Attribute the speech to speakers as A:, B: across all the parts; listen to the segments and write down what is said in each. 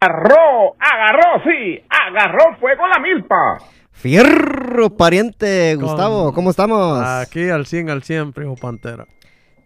A: agarró, agarró, sí, agarró fuego la milpa.
B: Fierro, pariente Gustavo,
C: Con-
B: ¿cómo estamos?
C: Aquí al 100, al 100, primo Pantera.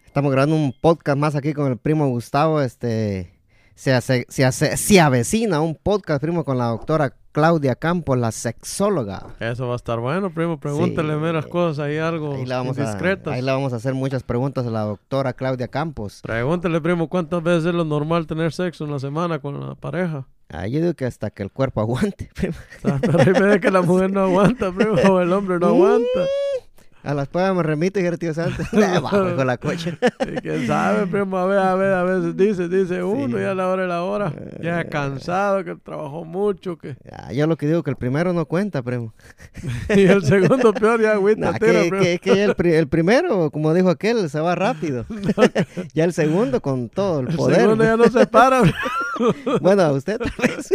B: Estamos grabando un podcast más aquí con el primo Gustavo. Este se, hace, se, hace- se avecina un podcast, primo, con la doctora Claudia Campos, la sexóloga.
C: Eso va a estar bueno, primo. Pregúntele
B: Sí.
C: meras cosas ahí, algo
B: Ahí la, vamos a,
C: indiscretas.
B: ahí le vamos a hacer muchas preguntas a la doctora Claudia Campos.
C: Pregúntele, primo, cuántas veces es lo normal tener sexo en la semana con la pareja.
B: Ah, yo digo que hasta que el cuerpo aguante, primo.
C: O sea, pero hay veces que la mujer no aguanta, primo, o el hombre no aguanta.
B: A las pruebas me remito y el tío Santos. Eh, bajo con la coche.
C: Y quién sabe, primo, a ver, a ver, a veces dice, dice uno,
B: Sí. Eh.
C: ya a la hora es la hora. Ya cansado, que trabajó mucho, que...
B: Ah, yo lo que digo que el primero no cuenta, primo.
C: Y el segundo peor, ya agüita
B: Nah,
C: tira,
B: que,
C: primo.
B: que- que el, pri- el primero, como dijo aquel, se va rápido. ya el segundo con todo el
C: El
B: poder.
C: segundo ya no se para, primo.
B: Bueno, a usted tal vez.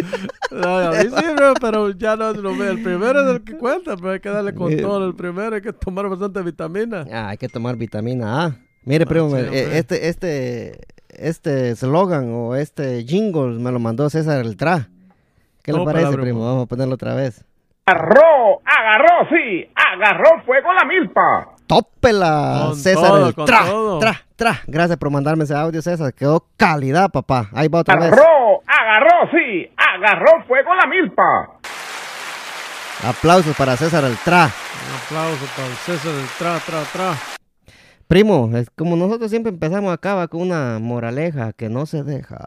C: No, a mí sí, bro, pero ya no lo ve. El primero es el que cuenta, pero hay que darle con
B: Bien.
C: todo. El primero hay que tomar bastante vitamina.
B: Ah, hay que tomar vitamina A. Mire, primo,
C: Ah, sí,
B: eh,
C: hombre.
B: este, este, este slogan o este jingle me lo mandó César el Tra. ¿Qué le
C: Tópala,
B: parece,
C: primo.
B: primo? Vamos a ponerlo otra vez.
A: Agarró, agarró, sí, agarró fuego la milpa.
B: ¡Tópela,
C: Con
B: César
C: todo,
B: el
C: con
B: Tra!
C: todo.
B: ¡Tra, tra! Gracias por mandarme ese audio, César. Quedó calidad, papá. Ahí va otra vez.
A: Agarró, agarró, sí, agarró fuego la milpa.
B: Aplausos para César el Tra.
C: Un aplauso para el César del tra, tra, tra.
B: Primo, es como nosotros siempre empezamos acá va, con una moraleja que no se deja.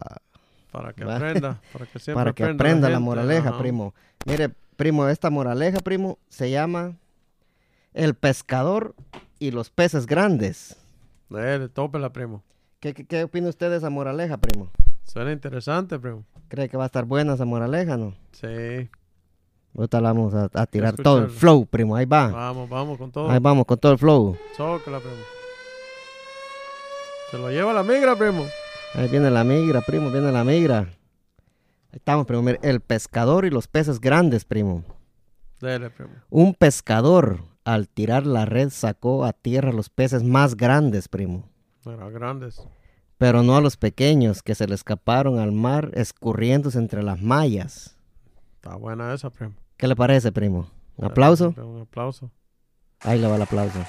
C: Para que
B: Va.
C: aprenda. Para que siempre
B: para que aprenda la,
C: gente,
B: moraleja,
C: ajá.
B: primo. Mire, primo, esta moraleja, primo, se llama El pescador y los peces grandes.
C: Dele, tópela, primo.
B: ¿Qué, qué, qué opina usted de esa moraleja, primo?
C: Suena interesante, primo.
B: ¿Cree que va a estar buena esa moraleja, no?
C: Sí.
B: Ahorita la vamos a, a tirar todo el flow, primo. Ahí va.
C: Vamos, vamos con Ah, todo.
B: Ahí vamos con todo el flow.
C: Zócala, primo. Se lo lleva la migra, primo.
B: Ahí viene la migra, primo, viene la migra. Ahí estamos, primo. Mire, el pescador y los peces grandes, primo.
C: Dele, primo.
B: Un pescador al tirar la red sacó a tierra los peces más grandes, primo.
C: Bueno, grandes.
B: pero no a los pequeños que se le escaparon al mar escurriéndose entre las mallas.
C: Está buena esa, primo.
B: ¿Qué le parece, primo? ¿Un aplauso?
C: Primo, Un aplauso.
B: Ahí le va el aplauso.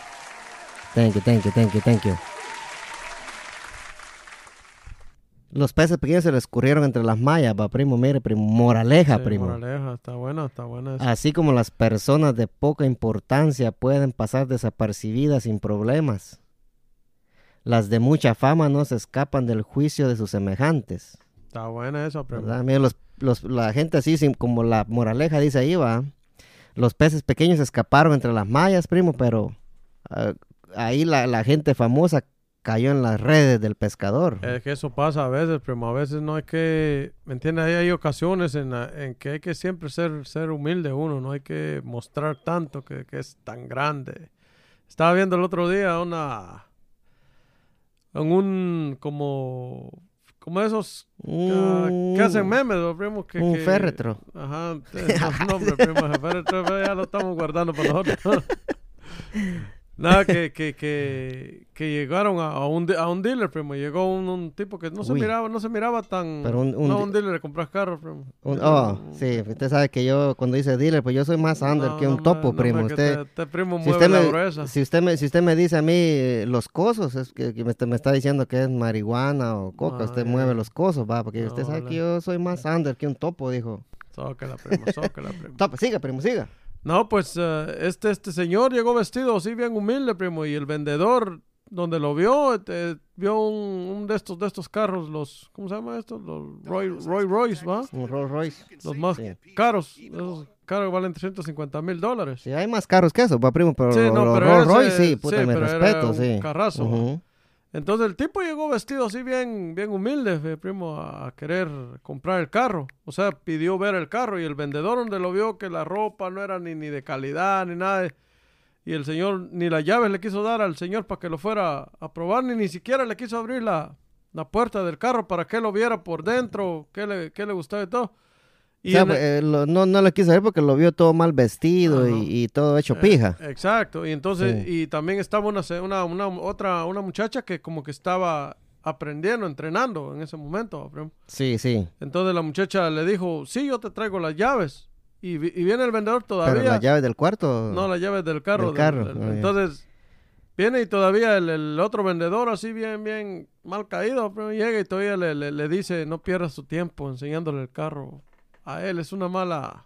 B: Thank you, thank you, thank you, thank you. Los peces pequeños se le escurrieron entre las mallas, va, primo, mire, primo, moraleja,
C: Sí,
B: primo. Ah.
C: moraleja. Está buena, está buena esa.
B: Así como las personas de poca importancia pueden pasar desapercibidas sin problemas, las de mucha fama no se escapan del juicio de sus semejantes.
C: Está buena esa, primo.
B: ¿verdad? Mira, los- los- la gente así, sin- como la moraleja dice ahí, va. Los peces pequeños escaparon entre las mallas, primo, pero ah, ahí la, la gente famosa cayó en las redes del pescador.
C: Es que eso pasa a veces, primo. A veces no hay que, ¿me entiendes? Ahí hay ocasiones en, la- en que hay que siempre ser, ser humilde uno, no hay que mostrar tanto que, que es tan grande. Estaba viendo el otro día una... En un... como... como esos... ah,
B: Un-
C: que hacen memes, ¿no, primo? Que,
B: un
C: que-
B: féretro.
C: Ajá, eh, te- no, nombre, primo, el féretro, pero ya lo estamos guardando para nosotros. No, que, que, que, que llegaron a, a un, de- a un dealer, primo. Llegó un, un tipo que no se
B: Uy.
C: miraba, no se miraba tan...
B: Pero un- un
C: no,
B: de-
C: un dealer de comprar carros, primo.
B: Un- oh, sí, usted sabe que yo cuando dice dealer, pues yo soy más under
C: No,
B: que un
C: no,
B: topo,
C: no,
B: primo.
C: no, que
B: usted,
C: te- te primo
B: si,
C: mueve
B: usted
C: la
B: me,
C: gruesa.
B: si, usted me, si usted me dice a mí eh, los cosos, es que, que me, está- me está diciendo que es marihuana o coca,
C: Ah,
B: usted
C: ya,
B: mueve
C: ya.
B: los cosos, va, porque
C: No,
B: usted sabe que
C: vale.
B: yo soy más under que un topo, dijo.
C: Zócala, primo, zócala, primo.
B: Topo, siga, primo, siga.
C: No, pues eh, este, este señor llegó vestido así bien humilde, primo, y el vendedor, donde lo vio, este, vio un, un de estos de estos carros, los, ¿cómo se llama esto? Los Roy, Roy Royce, ¿va?
B: Un Rolls Royce.
C: Los más
B: Sí.
C: caros, esos caros que valen 350 mil dólares.
B: Sí, hay más caros que eso, va, primo, pero
C: Sí,
B: los
C: no,
B: los
C: pero
B: Rolls
C: ese-
B: Royce, sí, puta,
C: sí,
B: me
C: pero era
B: respeto,
C: un
B: sí.
C: carrazo,
B: Ujú.
C: Entonces el tipo llegó vestido así bien, bien humilde, eh, primo, a a querer comprar el carro. O sea, pidió ver el carro y el vendedor donde lo vio que la ropa no era ni, ni de calidad ni nada. de- Y el señor ni las llaves le quiso dar al señor para que lo fuera a probar, ni ni siquiera le quiso abrir la, la puerta del carro para que lo viera por dentro, qué le, qué le gustaba y todo.
B: O
C: Y
B: sea,
C: en- e-
B: pues, eh, lo- no, no le quise ver porque lo vio todo mal vestido
C: Ajá. Eh.
B: y, y todo hecho pija.
C: Exacto, y entonces,
B: Sí.
C: y también estaba una, se- una, una- otra, una muchacha que como que estaba aprendiendo, entrenando en ese momento, primo.
B: Sí, sí.
C: Entonces la muchacha le dijo, sí, yo te traigo las llaves. Y, vi- y viene el vendedor todavía.
B: Pero las llaves del cuarto.
C: No, las llaves del carro.
B: Del carro, ah, ya.
C: entonces, viene y todavía el, el otro vendedor, así bien, bien mal caído, pero llega y todavía le, le- le dice, no pierdas tu tiempo enseñándole el carro a él. Es una mala...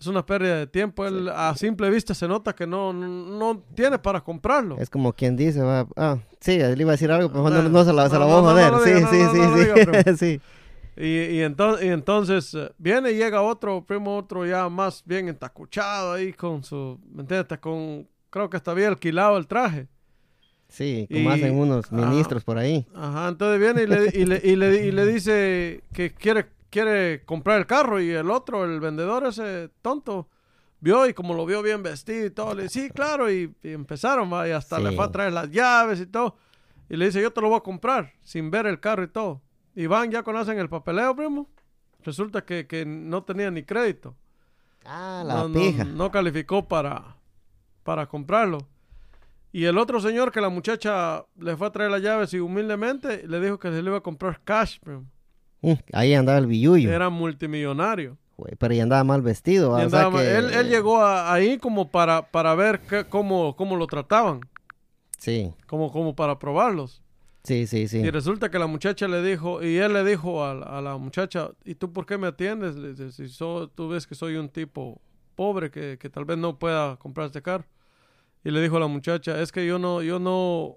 C: Es una pérdida de tiempo. Él a simple vista se nota que no, no, no tiene para comprarlo.
B: Es como quien dice, va, ah, sí, le iba a decir algo, pero
C: No,
B: no, no se la, se
C: no,
B: la voy a
C: no, no,
B: joder.
C: no lo
B: sí,
C: diga, no,
B: sí,
C: no,
B: sí,
C: no lo
B: sí,
C: diga, pero-
B: sí.
C: Y, y, ento- y entonces eh, viene y llega otro primo, otro ya más bien entacuchado ahí con su, ¿me entiendes? Hasta Con, creo que hasta había alquilado el traje.
B: Sí, como
C: Y- ah.
B: hacen unos
C: ajá.
B: ministros por ahí.
C: Ajá, entonces viene y le, y le, y le, y le dice que quiere, quiere comprar el carro y el otro, el vendedor ese tonto, vio y como lo vio bien vestido y todo, le dice, sí, claro, y, y empezaron, va, y hasta le
B: Sí.
C: fue a traer las llaves y todo. Y le dice, yo te lo voy a comprar, sin ver el carro y todo. Y van, ya conocen el papeleo, primo. Resulta que, que no tenía ni crédito.
B: Ah, la
C: no, no-
B: pija.
C: no calificó para, para comprarlo. Y el otro señor que la muchacha le fue a traer las llaves y humildemente le dijo que se le iba a comprar cash. primo.
B: Mm, ahí andaba el billullo.
C: Era multimillonario.
B: Güey, Pero ya andaba mal vestido.
C: Y
B: ah, o sea
C: andaba-
B: que-
C: él, él llegó a- ahí como para, para ver qué- cómo, cómo lo trataban,
B: Sí,
C: como, como para probarlos.
B: sí, sí, sí.
C: Y resulta que la muchacha le dijo, y él le dijo a, la- a la muchacha, ¿y tú por qué me atiendes? Le dice, si so- tú ves que soy un tipo pobre que, que tal vez no pueda comprar este carro. Y le dijo a la muchacha, es que yo no, yo no,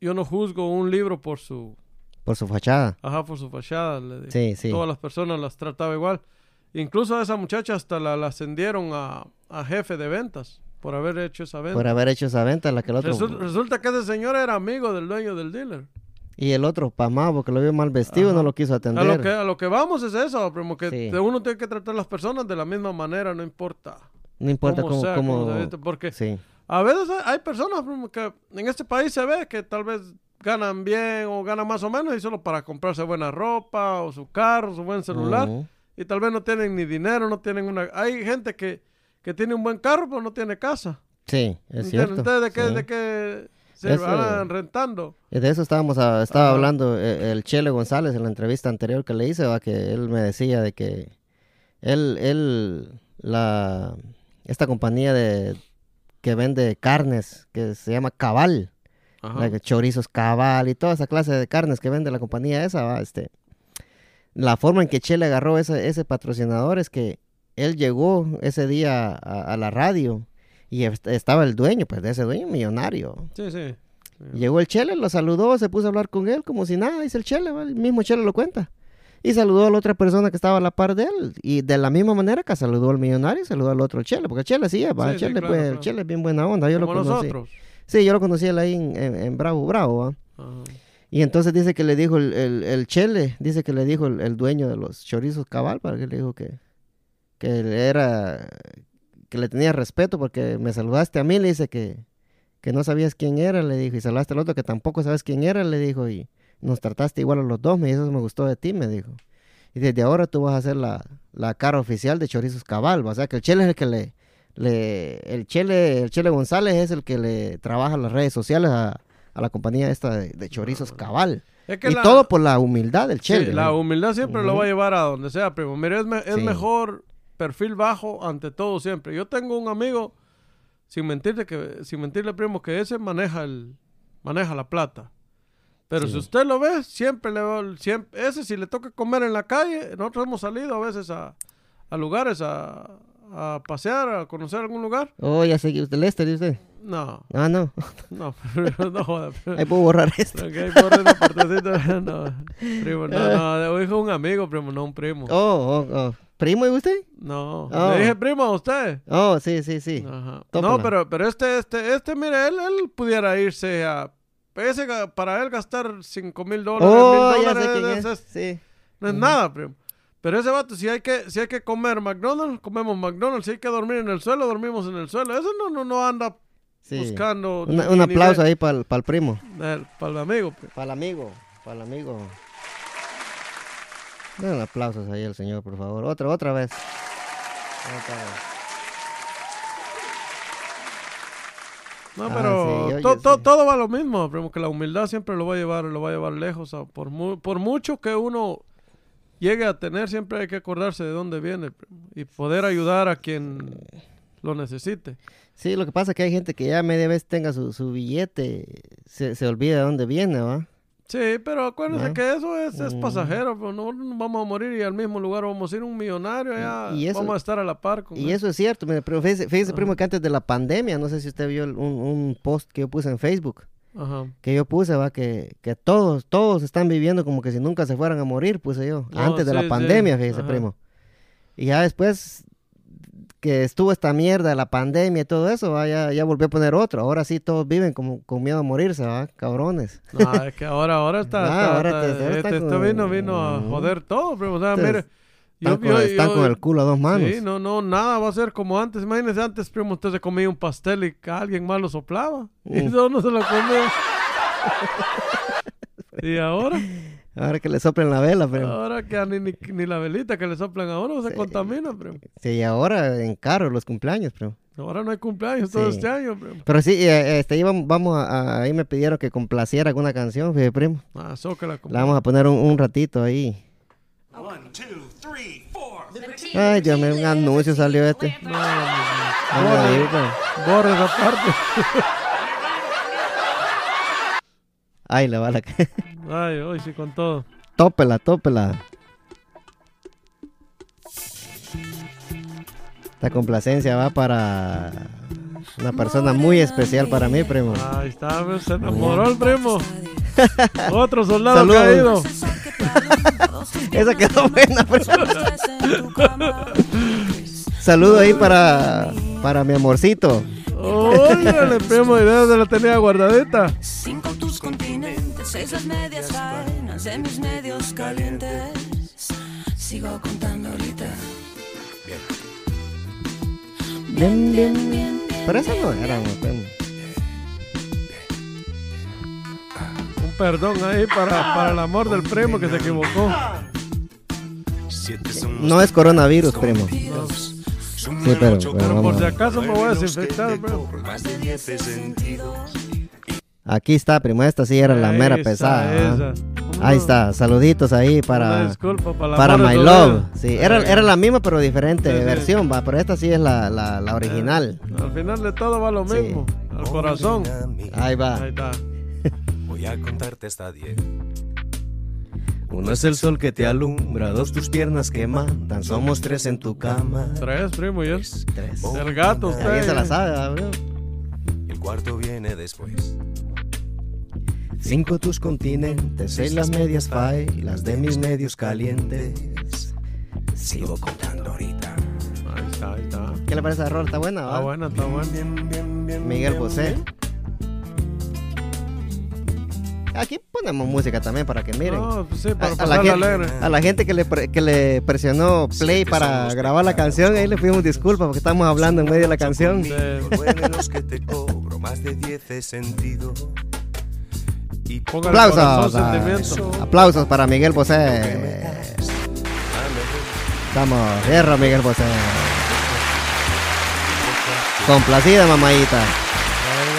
C: yo no juzgo un libro por su,
B: Por su fachada.
C: ajá, por su fachada. Le dijo.
B: Sí, sí.
C: Todas las personas las trataba igual. Incluso a esa muchacha hasta la, la ascendieron a, a jefe de ventas por haber hecho esa venta.
B: Por haber hecho esa venta, la que el otro.
C: Resul- resulta que ese señor era amigo del dueño del dealer.
B: Y el otro, pasmado, porque lo vio mal vestido,
C: Ajá.
B: no lo quiso
C: A
B: atender.
C: lo, que, a lo que vamos es eso, primo, que
B: Sí.
C: te- uno tiene que tratar a las personas de la misma manera, no importa.
B: No importa
C: cómo
B: cómo.
C: sea,
B: cómo-
C: cómo se viste, porque
B: Sí,
C: a veces hay- hay personas primo, que en este país se ve que tal vez ganan bien o ganan más o menos y solo para comprarse buena ropa o su carro, su buen celular
B: Ujú.
C: y tal vez no tienen ni dinero, no tienen una... Hay gente que, que tiene un buen carro pero no tiene casa.
B: sí, es
C: ¿entiendes?
B: cierto.
C: Entonces, ¿de qué,
B: sí.
C: de qué se
B: Eso-
C: van rentando?
B: Y De eso estábamos a- estaba
C: Ajá.
B: hablando eh, el Chele González en la entrevista anterior que le hice, ¿va? que él me decía de que él, él, la, esta compañía de que vende carnes, que se llama Cabal, la que chorizos Cabal y toda esa clase de carnes que vende la compañía esa, ¿va? este, la forma en que Chele agarró ese, ese patrocinador es que él llegó ese día a, a la radio y est- estaba el dueño, pues de ese dueño millonario.
C: Sí, sí.
B: Llegó el Chele, lo saludó, se puso a hablar con él como si nada, dice el Chele, ¿va? el mismo Chele lo cuenta. Y saludó a la otra persona que estaba a la par de él. Y de la misma manera que saludó al millonario, saludó al otro el Chele, porque el Chele sí, es, ¿va?
C: Sí,
B: el,
C: sí,
B: Chele,
C: claro,
B: pues, el
C: claro.
B: Chele es bien buena onda, yo
C: Como
B: lo conocí.
C: nosotros.
B: Sí, yo lo conocí él ahí en, en- en Bravo Bravo. ¿va?
C: Ajá.
B: Y entonces dice que le dijo el, el- el Chele, dice que le dijo el, el dueño de los chorizos cabal, para que le dijo que, que él era, que le tenía respeto porque me saludaste a mí, le dice que, que no sabías quién era, le dijo, y saludaste al otro que tampoco sabes quién era, le dijo, y nos trataste igual a los dos, me dijo, eso me gustó de ti, me dijo. Y desde ahora tú vas a ser la, la cara oficial de Chorizos Cabal, o sea que el Chele es el que le, le el Chele, el Chele González es el que le trabaja las redes sociales a, a la compañía esta de, de Chorizos Cabal.
C: Es que
B: Y
C: la-
B: todo por la humildad del
C: sí,
B: Chele.
C: la
B: ¿no?
C: humildad siempre lo
B: Ujú.
C: va a llevar a donde sea, primo. Mire, es, me- es
B: Sí.
C: mejor perfil bajo ante todo siempre. Yo tengo un amigo, sin mentirte, que, sin mentirle, primo, que ese maneja el, maneja la plata. Pero
B: Sí.
C: si usted lo ve, siempre le va, siempre, ese si le toca comer en la calle, nosotros hemos salido a veces a, a lugares a, a pasear, a conocer algún lugar.
B: Oh, ya sé que usted, Lester, ¿y usted?
C: No,
B: Ah, no,
C: no, pero no joda. pero-
B: ahí puedo borrar esto.
C: Ok, corre esa partecita. No, primo, no, no, dijo un amigo, primo, no un primo.
B: Oh, oh, oh. ¿Primo y usted?
C: No,
B: Oh.
C: le dije primo a usted.
B: Oh, sí, sí, sí.
C: Ajá. No,
B: Tópala.
C: pero, pero este, este, este, mire, él, él pudiera irse a... ese ga- para él gastar 5 mil dólares,
B: oh,
C: mil
B: ya sé quién
C: dólares,
B: es.
C: es-
B: Sí.
C: no es nada, primo. Pero ese vato, si hay que, si hay que comer McDonald's, comemos McDonald's. Si hay que dormir en el suelo, dormimos en el suelo. Eso no, no, no anda
B: sí.
C: buscando...
B: Una-
C: ni-
B: un
C: ni
B: aplauso
C: ve-
B: ahí para el primo.
C: del- Para el amigo, primo.
B: Para el amigo, para el amigo. Den aplausos ahí al señor, por favor. Otra, otra vez. Otra vez.
C: No,
B: Ah,
C: pero
B: sí, yo-
C: to-
B: yo
C: to-
B: sé.
C: todo va a lo mismo, primo, que la humildad siempre lo va a llevar, lo va a llevar lejos. o sea, por, mu- por mucho que uno llegue a tener, siempre hay que acordarse de dónde viene primo, y poder ayudar a quien lo necesite.
B: Sí, lo que pasa es que hay gente que ya media vez tenga su, su billete, se, se olvida de dónde viene, ¿va?
C: Sí, pero acuérdense
B: ¿Ah?
C: que eso es, es
B: Mm.
C: pasajero, pero no no vamos a morir y al mismo lugar vamos a ir un millonario, allá
B: y eso-
C: vamos a estar a la par con
B: Y
C: él.
B: eso es cierto, mire, pero fíjese, fíjese,
C: Ajá.
B: primo, que antes de la pandemia, no sé si usted vio el- un, un post que yo puse en Facebook,
C: Ajá.
B: que yo puse, va, que, que todos, todos están viviendo como que si nunca se fueran a morir, puse yo,
C: Oh,
B: antes de
C: sí,
B: la
C: sí.
B: pandemia, fíjese,
C: Ajá.
B: primo. Y ya después que estuvo esta mierda, la pandemia y todo eso, ¿va? Ya, ya volví a poner otro. Ahora sí todos viven como con miedo a morirse, ¿va? Cabrones.
C: No, es que ahora, ahora está,
B: No,
C: está-
B: ahora
C: está-
B: te- ahora está
C: este- esto
B: con-
C: vino, vino a joder todo, primo. O sea,
B: Entonces,
C: mire, yo-
B: Están, con,
C: yo-
B: están
C: yo-
B: con el culo a dos manos.
C: Sí, no, no, nada va a ser como antes. Imagínense, antes, primo, usted se comía un pastel y que alguien más lo soplaba. Y
B: Mm.
C: no, no se lo comía. y ahora,
B: Ahora que le soplen la vela, pero...
C: ahora que ni, ni- ni la velita que le soplan a uno se contamina, primo.
B: Sí, ahora en caro los cumpleaños, pero...
C: Ahora no hay cumpleaños todo
B: Sí.
C: este año, primo.
B: Pero sí, eh, este, íbamos- vamos a, a- Ahí me pidieron que complaciera alguna canción, fíjate, primo.
C: Ah, zócala,
B: La
C: compa.
B: vamos a poner un, un ratito ahí. Ay, Dios mío, un anuncio salió este. No, no, digo, pero-
C: Borra esa parte.
B: Ay, la bala.
C: Ay, hoy sí, con todo.
B: tópela, tópela. Esta complacencia va para una persona muy especial para mí, primo.
C: Ahí está, pues, se enamoró el primo. Otro soldado
B: Saludos.
C: caído.
B: Esa quedó buena, primo. Saludo ahí para, para mi amorcito.
C: Óyale, primo, idea se la tenía guardadita.
D: Cinco tus continentes, seis las medias vainas de mis medios calientes. Sigo contando ahorita.
B: Bien, bien, bien. Pero esa no era, güey, primo.
C: Un perdón ahí para, para el amor del primo que se equivocó.
B: No es coronavirus, primo. Sí, pero, pero
C: Pero por
B: vamos.
C: si
B: a-
C: acaso me voy a desinfectar, primo.
B: Aquí está, primo. Esta sí era la mera
C: Esa,
B: pesada. ¿ah?
C: esa.
B: Ahí está. Saluditos ahí
C: Una
B: para,
C: disculpa para, el
B: para
C: amor de
B: My
C: tu
B: Love.
C: vida.
B: Sí, era, era la misma pero diferente
C: Sí, sí.
B: versión, va. Pero esta sí es la, la, la original.
C: Al final de todo va lo
B: Sí.
C: mismo. Al corazón.
B: Ahí
C: Ahí
B: va.
C: está.
E: Voy a contarte hasta 10.
B: Uno es el sol que te alumbra, dos tus piernas queman, tan somos tres en tu cama.
C: Tres, primo, y él.
B: Tres.
C: El gato, usted.
B: Alguien se la sabe, ¿verdad, bro?
E: El cuarto viene después.
B: Cinco tus continentes, seis las medias las de mis medios calientes.
E: Sigo contando ahorita.
C: Ahí está, ahí está.
B: ¿Qué le parece a Rol? ¿Está buena?
C: Está
B: va?
C: buena, está buena.
E: Bien, bien, bien.
B: Miguel
E: bien,
B: Bosé.
E: bien.
B: Aquí ponemos música también para que miren.
C: No, pues sí,
B: A,
C: para
B: a la
C: pasarla
B: gente,
C: alegre.
B: a la gente que le, pre- que le presionó play
E: Siete
B: para
E: somos
B: grabar la
E: pecados
B: canción, ahí le pedimos disculpas porque estamos hablando en medio de la canción.
C: Sí.
E: Duelen los que te cobro, más de 10 he sentido. Y
C: Ponga el
B: Aplausos.
C: corazón,
B: a-
C: sentimiento.
B: aplausos para Miguel
E: que me
B: Bosé.
E: das. Dame
B: Estamos, hierro Miguel Bosé. Complacida, mamayita.
C: Ahí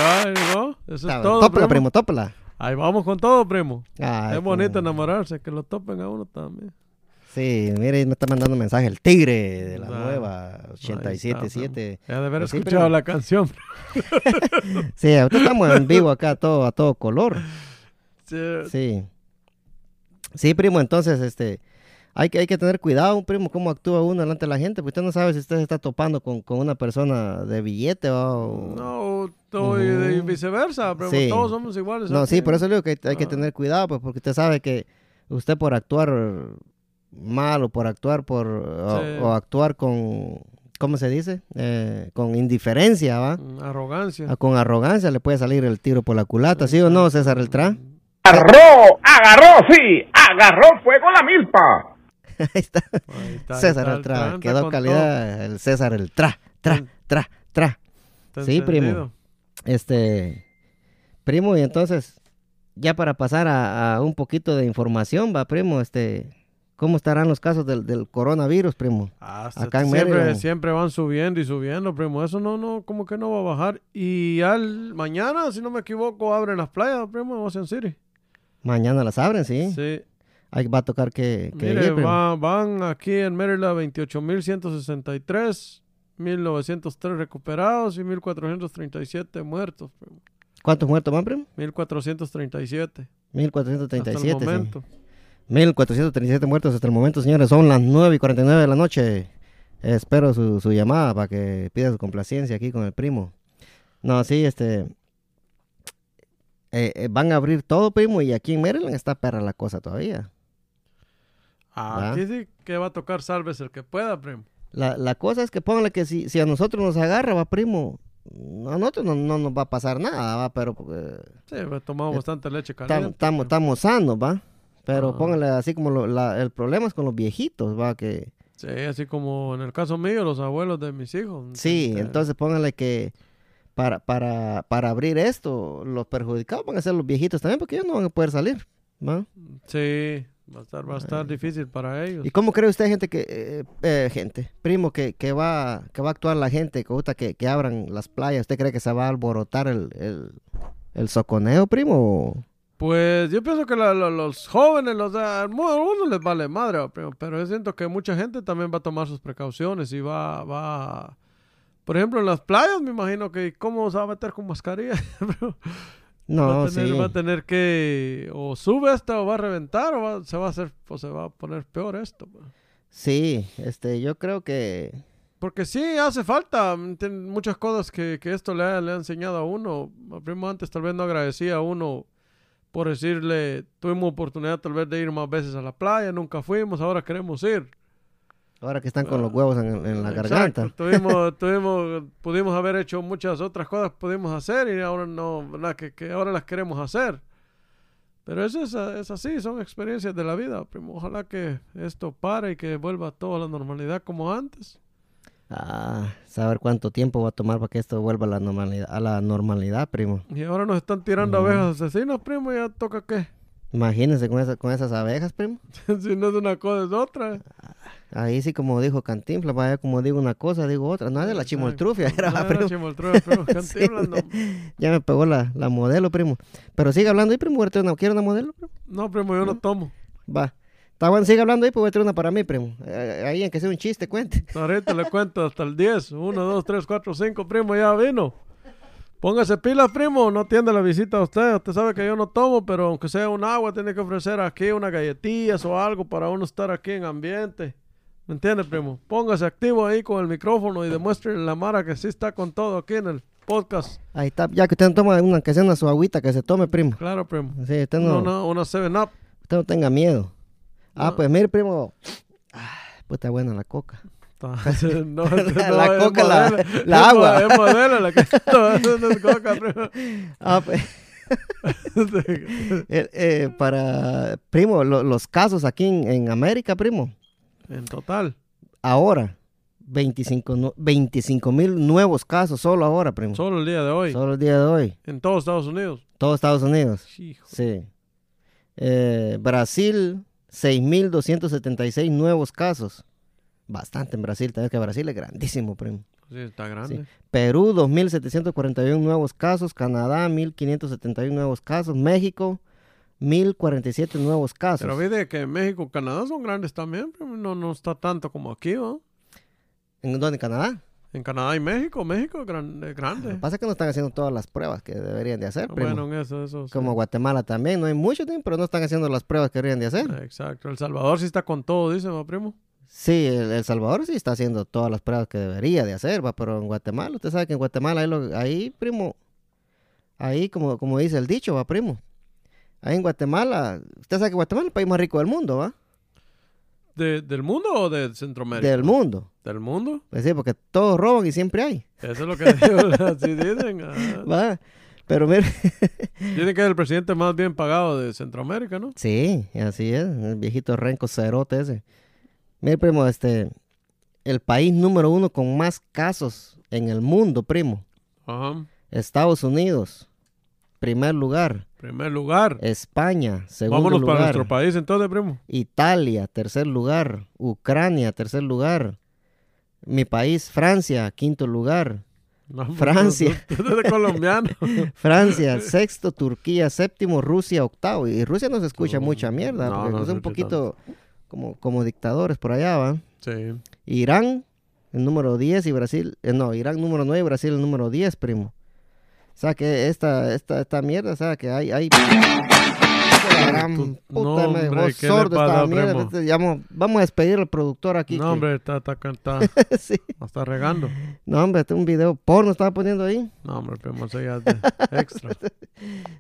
C: va, ahí va. Eso es todo,
B: Tópala,
C: primo.
B: primo, tópala.
C: Ahí vamos con todo, primo.
B: Ay,
C: es bonito
B: primo.
C: enamorarse, que lo topen a uno también.
B: Sí, mire, me está mandando mensaje el tigre de la
C: Ah,
B: nueva
C: Ahí está,
B: 87.7.
C: primo. Ya de haber
B: Pues sí,
C: escuchado
B: primo.
C: la canción.
B: Sí, ahorita estamos en vivo acá a todo, a todo color.
C: Sí.
B: Sí. Sí, primo, entonces, este, hay que, hay que tener cuidado, primo, cómo actúa uno delante de la gente, porque usted no sabe si usted se está topando con, con una persona de billete ¿va? o...
C: No, todo y-
B: Oh. Ujú.
C: y, viceversa, pero pues
B: Sí.
C: todos somos iguales. ¿eh?
B: No,
C: aquí.
B: sí, por eso le digo que hay- hay que
C: Ah.
B: tener cuidado, pues, porque usted sabe que usted por actuar mal o por actuar por... o,
C: Sí.
B: o actuar con... ¿Cómo se dice? Eh, con indiferencia, ¿va?
C: Mm, Arrogancia.
B: Ah, Con arrogancia le puede salir el tiro por la culata, ¿sí o no, César Eltrán?
A: Agarró, agarró, sí, agarró fuego la milpa.
B: Ahí está.
C: Ahí está, ahí
B: César
C: está,
B: el tra.
C: anda
B: Quedó
C: con
B: calidad el César el tra, tra,
C: Mm.
B: tra, tra.
C: todo. Está
B: Sí, primo.
C: encendido.
B: Este, primo, y entonces, ya para pasar a, a un poquito de información, va, primo, este, ¿Cómo estarán los casos del, del coronavirus, primo?
C: Ah,
B: Acá en
C: siempre,
B: Mérida.
C: siempre van subiendo y subiendo, primo. Eso no, no, como que no va a bajar. Y al mañana, si no me equivoco, abren las playas, primo, en Ocean City.
B: Mañana las abren, ¿sí?
C: Sí.
B: Ahí va a tocar que, que
C: Mire,
B: ir, primo.
C: va- van aquí en Maryland 28.163, 1.903 recuperados y 1.437 muertos. primo.
B: ¿Cuántos muertos van, primo?
C: 1.437. hasta el
B: 1437, sí.
C: momento.
B: 1437 muertos hasta el momento, señores. Son las 9 y 49 de la noche. Espero su, su llamada para que pida su complacencia aquí con el primo. No, sí, este. eh, eh, van a abrir todo, primo, y aquí en Maryland está perra la cosa todavía.
C: Ah,
B: ¿Va?
C: Aquí sí que va a tocar salves el que pueda, primo.
B: La, la cosa es que póngale que si, si a nosotros nos agarra, va, primo. A nosotros no, no nos va a pasar nada, va, pero eh,
C: Sí, pues, tomamos
B: Eh,
C: bastante leche
B: Estamos,
C: caliente.
B: estamos, estamos sanos, ¿va? Pero
C: Ah.
B: póngale así como lo- la- el problema es con los viejitos, ¿va? Que,
C: Sí, así como en el caso mío, los abuelos de mis hijos.
B: sí,
C: Este,
B: entonces póngale que para, para, para abrir esto, los perjudicados van a ser los viejitos también porque ellos no van a poder salir, ¿va?
C: Sí, va a estar, va a estar difícil para ellos.
B: ¿Y cómo cree usted, gente, que, eh, eh, gente, primo, que, que, va, que va a actuar la gente, que, gusta que, que abran las playas? ¿Usted cree que se va a alborotar el, el, el soconeo, primo?
C: Pues yo pienso que la- la- los jóvenes, los a algunos les vale madre, va, primo, pero yo siento que mucha gente también va a tomar sus precauciones y va, va, por ejemplo, en las playas me imagino que cómo se va a meter con mascarilla. Pero va,
B: No,
C: a tener,
B: Ah, sí.
C: va a tener que o sube esta o va a reventar o va- se va a hacer o se va a poner peor esto. pues. va.
B: Sí, este, yo creo que...
C: Porque sí, hace falta. mm, ten- muchas cosas que, que esto le ha, le ha enseñado a uno. A Primo antes tal vez no agradecía a uno por decirle, tuvimos oportunidad tal vez de ir más veces a la playa, nunca fuimos, ahora queremos ir.
B: Ahora que están con los huevos en, en la
C: Ah, Exacto,
B: garganta.
C: Tuvimos, tuvimos, pudimos haber hecho muchas otras cosas, pudimos hacer y ahora no, ¿verdad? Que, que ahora las queremos hacer. Pero eso es, a- es así, son experiencias de la vida, primo. Ojalá que esto pare y que vuelva todo a la normalidad como antes.
B: Ah, saber cuánto tiempo va a tomar para que esto vuelva a la normalidad, a la normalidad primo.
C: Y ahora nos están tirando abejas asesinas, primo, ya toca qué.
B: Imagínense con, esa- con esas abejas, primo.
C: si no es una cosa, es otra.
B: Ahí sí, como dijo Cantinflas, vaya, como digo una cosa, digo otra. No, es de la
C: Exacto.
B: chimoltrufia, era,
C: Ah,
B: primo.
C: chimoltrufia, primo, Cantinflas, no.
B: Ya me pegó la, la modelo, primo. Pero sigue hablando ahí, primo, voy a traer una, ¿quiere una modelo? primo?
C: No, primo, yo no tomo.
B: Va. Está bueno, sigue hablando ahí, pues voy a traer una para mí, primo. Eh, ahí, en que sea un chiste, cuente.
C: Ahorita le cuento hasta el 10. 1, 2, 3, 4, 5, primo, ya vino. Póngase pilas, primo. No atiende la visita a usted. Usted sabe que yo no tomo, pero aunque sea un agua, tiene que ofrecer aquí unas galletillas o algo para uno estar aquí en ambiente. ¿Me entiende, primo? Póngase activo ahí con el micrófono y demuestre la Mara que sí está con todo aquí en el podcast.
B: Ahí está, ya que usted no toma una, que sea una su agüita, que se tome, primo.
C: Claro, primo.
B: Sí, usted
C: No,
B: no...
C: no, una 7-Up.
B: Usted no tenga miedo. Ah,
C: No.
B: pues mire, primo. Ah, pues está buena la coca.
C: Entonces, no,
B: La
C: es
B: coca, la-
C: modelo,
B: la
C: es
B: agua.
C: mo- Es modelo la que no, eso no es coca, primo.
B: Ah, pues, eh, eh, para, primo, lo- los casos aquí en, en América, primo,
C: En total.
B: ahora, 25 mil nuevos casos solo ahora, primo. Solo,
C: Solo el día de hoy.
B: el día de hoy.
C: En todos Estados Unidos.
B: Todo Estados Unidos.
C: Hijo.
B: Sí. Eh, Brasil, 6.276 nuevos casos. Bastante en Brasil, también que Brasil es grandísimo, primo.
C: Sí, está
B: Sí.
C: grande.
B: Perú, 2.741 nuevos casos. Canadá, 1.571 nuevos casos. México, 1.047 nuevos casos.
C: Pero viste que México, Canadá son grandes también. pero No, no está tanto como aquí, ¿no?
B: ¿En dónde? ¿En Canadá?
C: En Canadá y México. México es gran- es
B: Lo que
C: grande.
B: pasa es que no están haciendo todas las pruebas que deberían de hacer, Ah, primo.
C: Bueno, en eso, eso. sí.
B: Como Guatemala también, no hay mucho tiempo, pero no están haciendo las pruebas que deberían de hacer.
C: Exacto. El Salvador sí está con todo, dice, ¿no, primo?
B: Sí, El, El Salvador sí está haciendo todas las pruebas que debería de hacer, va, pero en Guatemala, usted sabe que en Guatemala, ahí, lo- ahí, primo, ahí como, como dice el dicho, va, primo. Ahí en Guatemala, usted sabe que Guatemala es el país más rico del mundo, va.
C: ¿De- ¿Del mundo o de Centroamérica?
B: Del mundo.
C: ¿Del mundo?
B: Pues sí, porque todos roban y siempre hay.
C: Eso es lo que digo, así dicen. ah. ajá.
B: ¿va? Pero mire,
C: Dicen que es el presidente más bien pagado de Centroamérica, ¿no?
B: sí, así es, el viejito renco cerote ese. Mire, primo, este, el país número uno con más casos en el mundo, primo,
C: Ajá.
B: Estados Unidos, primer lugar,
C: Primer lugar.
B: España, Eh, segundo
C: Vámonos
B: lugar.
C: para nuestro país entonces, primo.
B: Italia, tercer lugar. Ucrania, tercer lugar. Mi país, Francia, quinto lugar.
C: No,
B: Francia.
C: Tú, tú eres colombiano.
B: Francia, sexto. Turquía, séptimo. Rusia, octavo. Y Rusia no se escucha
C: Mm,
B: mucha mierda,
C: no,
B: porque
C: no se
B: son un
C: escucha
B: poquito como, como dictadores por allá, ¿va?
C: sí.
B: Irán, el número 10 y Brasil, eh, no, Irán número 9 y Brasil el número 10, primo. O sea que esta, esta, esta mierda, o sea que hay, hay... La gran
C: Tú-
B: puta,
C: no,
B: me dejó
C: hombre, ¿qué le
B: sordo esta
C: pasa,
B: mierda.
C: primo?
B: Este, llamo- vamos a despedir al productor aquí.
C: No,
B: que-
C: hombre, está, está, está,
B: sí.
C: está regando.
B: No, hombre, este, un video porno estaba poniendo ahí.
C: No, hombre, primo, eso ya es de extra.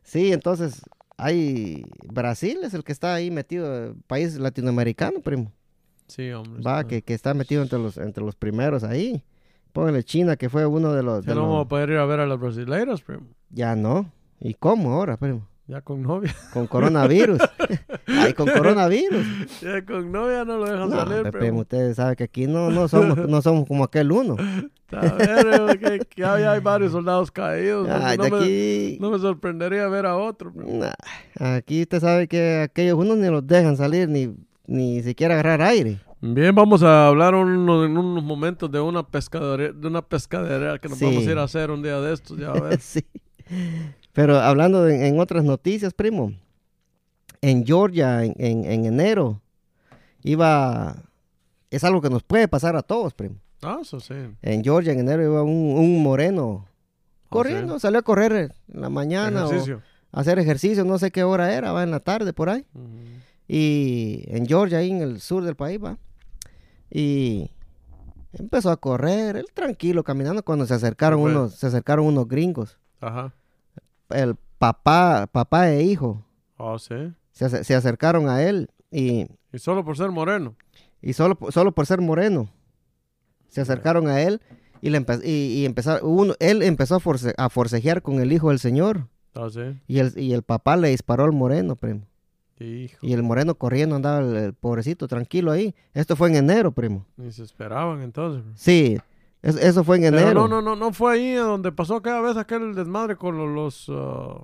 B: Sí, entonces, hay... Brasil es el que está ahí metido, eh, país latinoamericano, primo.
C: Sí, hombre.
B: Va,
C: está-
B: que, que está metido entre los, entre los primeros ahí. Póngale China, que fue uno de los...
C: Ya
B: de
C: no
B: los-
C: vamos a poder ir a ver a las brasileiras, primo.
B: Ya no. ¿Y cómo ahora, primo?
C: Ya con novia.
B: Con coronavirus. Ay, con coronavirus.
C: Ya con novia no lo dejan
B: No,
C: salir,
B: hombre, primo,
C: primo.
B: ustedes saben que aquí no, no, somos, no somos como aquel uno.
C: A ver, eh, que, que hay, hay varios soldados caídos.
B: Ay,
C: no,
B: de
C: me,
B: aquí.
C: no me sorprendería ver a otro, primo.
B: nah, aquí usted sabe que aquellos unos ni los dejan salir ni, ni siquiera agarrar aire.
C: Bien, vamos a hablar uno- en unos momentos de una pescadería, de una pescadera que nos
B: Sí.
C: vamos a ir a hacer un día de estos, ya a ver.
B: sí. Pero hablando de- en otras noticias, primo, en Georgia en, en- en enero iba. Es algo que nos puede pasar a todos, primo.
C: Ah, eso sí.
B: En Georgia, en enero, iba un, un moreno corriendo, salió a correr en la mañana o
C: Ejercicio.
B: a hacer ejercicio, no sé qué hora era, va en la tarde por ahí.
C: Ujú.
B: Y en Georgia, ahí en el sur del país, va. Y empezó a correr, él tranquilo, caminando, cuando se acercaron,
C: Bueno.
B: unos, se acercaron unos gringos.
C: Ajá.
B: El papá, papá e hijo,
C: Ah, sí.
B: se, ace- se acercaron a él y,
C: Y solo por ser moreno.
B: y solo, po- solo por ser moreno, se acercaron a él. Y, le empe- y, y empezar- uno, él empezó a, force- a forcejear con el hijo del señor.
C: Ah, sí.
B: Y el, y el papá le disparó al moreno, primo.
C: Hijo.
B: Y el moreno corriendo andaba el, el pobrecito tranquilo ahí. Esto fue en enero, primo.
C: Ni se esperaban entonces. bro.
B: Sí, es- eso fue en
C: Pero
B: enero.
C: no, no, no, no fue ahí donde pasó cada vez aquel desmadre con lo- los... ah,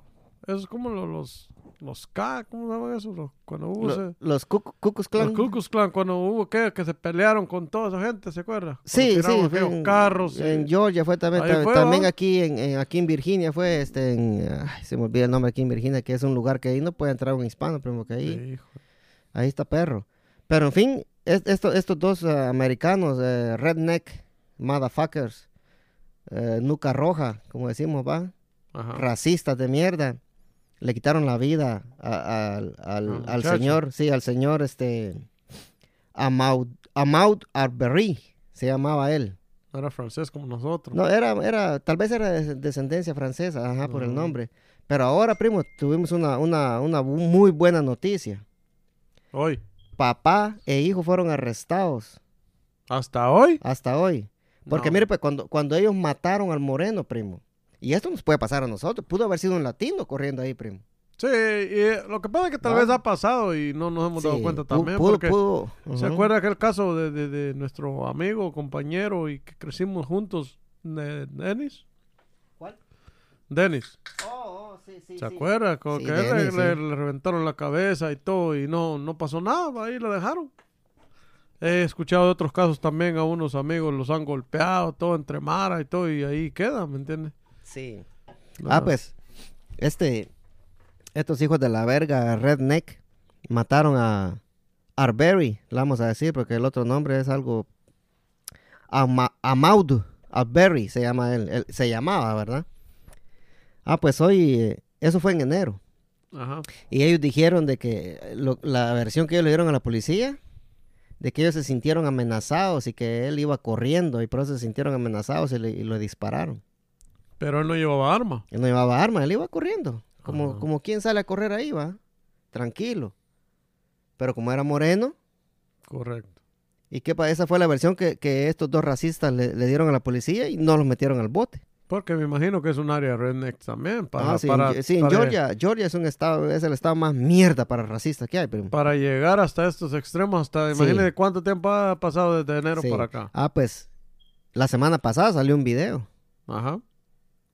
C: esos como lo- los... Los K, ¿cómo se llaman esos? Los- Cuando hubo
B: Lo-
C: ese-
B: los Ku- Ku Klux Klan.
C: Los Ku Klux Klan, cuando hubo que, que se pelearon con toda esa gente, ¿se acuerda? Cuando
B: Sí, sí,
C: tiraron
B: fue
C: aquellos
B: en,
C: carros. y-
B: en Georgia fue también,
C: Ahí
B: tam-
C: fue,
B: también
C: ¿va?
B: aquí en, en- aquí en Virginia fue, este, en, ay, se me olvida el nombre aquí en Virginia, que es un lugar que ahí no puede entrar un hispano, primo, que ahí,
C: Hijo.
B: ahí está perro. Pero en fin, es- esto- estos dos ah, americanos, eh, redneck motherfuckers, eh, nuca roja, como decimos, va,
C: Ajá.
B: racistas de mierda. Le quitaron la vida a- al, al-
C: Al
B: al
C: muchacho.
B: señor, sí, al señor, este, Amaud, Amaud Arbery, se llamaba él.
C: No era francés como nosotros.
B: No, era, era, tal vez era de descendencia francesa, ajá, por el
C: Ujú.
B: nombre. Pero ahora, primo, tuvimos una, una, una bu- muy buena noticia.
C: Hoy.
B: Papá e hijo fueron arrestados
C: ¿Hasta hoy?
B: hasta hoy. Porque
C: No.
B: mire, pues, cuando, cuando ellos mataron al moreno, primo, y esto nos puede pasar a nosotros, pudo haber sido un latino corriendo ahí, primo.
C: Sí, y eh, lo que pasa es que tal
B: Va.
C: vez ha pasado y no nos hemos dado
B: Sí,
C: cuenta
B: pu-
C: también.
B: pudo-
C: porque
B: pudo, ujú.
C: ¿Se acuerda aquel caso de, de- de nuestro amigo, compañero y que crecimos juntos, Ne- Dennis?
B: ¿Cuál?
C: Dennis,
B: Oh, oh, sí, sí,
C: ¿se
B: sí.
C: acuerda? Con
B: Sí,
C: que él le-
B: Dennis,
C: le,
B: sí.
C: le reventaron la cabeza y todo y no, no pasó nada, ahí lo dejaron. He escuchado de otros casos también a unos amigos, los han golpeado, todo entre mara y todo, y ahí queda, ¿me entiendes?
B: Sí.
C: La-
B: Ah, pues, este, estos hijos de la verga, Redneck, mataron a Arbery, le vamos a decir, porque el otro nombre es algo... Ama- Amaud Arbery se llama él, él- se llamaba, ¿verdad? Ah, pues hoy, eh, eso fue en enero.
C: Ajá.
B: Y ellos dijeron de que lo- la versión que ellos le dieron a la policía, de que ellos se sintieron amenazados y que él iba corriendo y por eso se sintieron amenazados y le, y lo dispararon.
C: Pero él no llevaba arma.
B: Él no llevaba arma, él iba corriendo. Como,
C: Ajá.
B: como quien sale a correr ahí, va. Tranquilo. Pero como era moreno,
C: Correcto.
B: y que pa- esa fue la versión que, que estos dos racistas le, le dieron a la policía y no los metieron al bote.
C: Porque me imagino que es un área redneck también. Para,
B: Ah, sí, en-
C: para-
B: sí, en
C: para-
B: Georgia, Georgia es un estado, es el estado más mierda para racistas que hay, primo.
C: Para llegar hasta estos extremos, hasta
B: Sí.
C: imagínense cuánto tiempo ha pasado desde enero
B: Sí.
C: para acá.
B: Ah, pues, la semana pasada salió un video.
C: Ajá.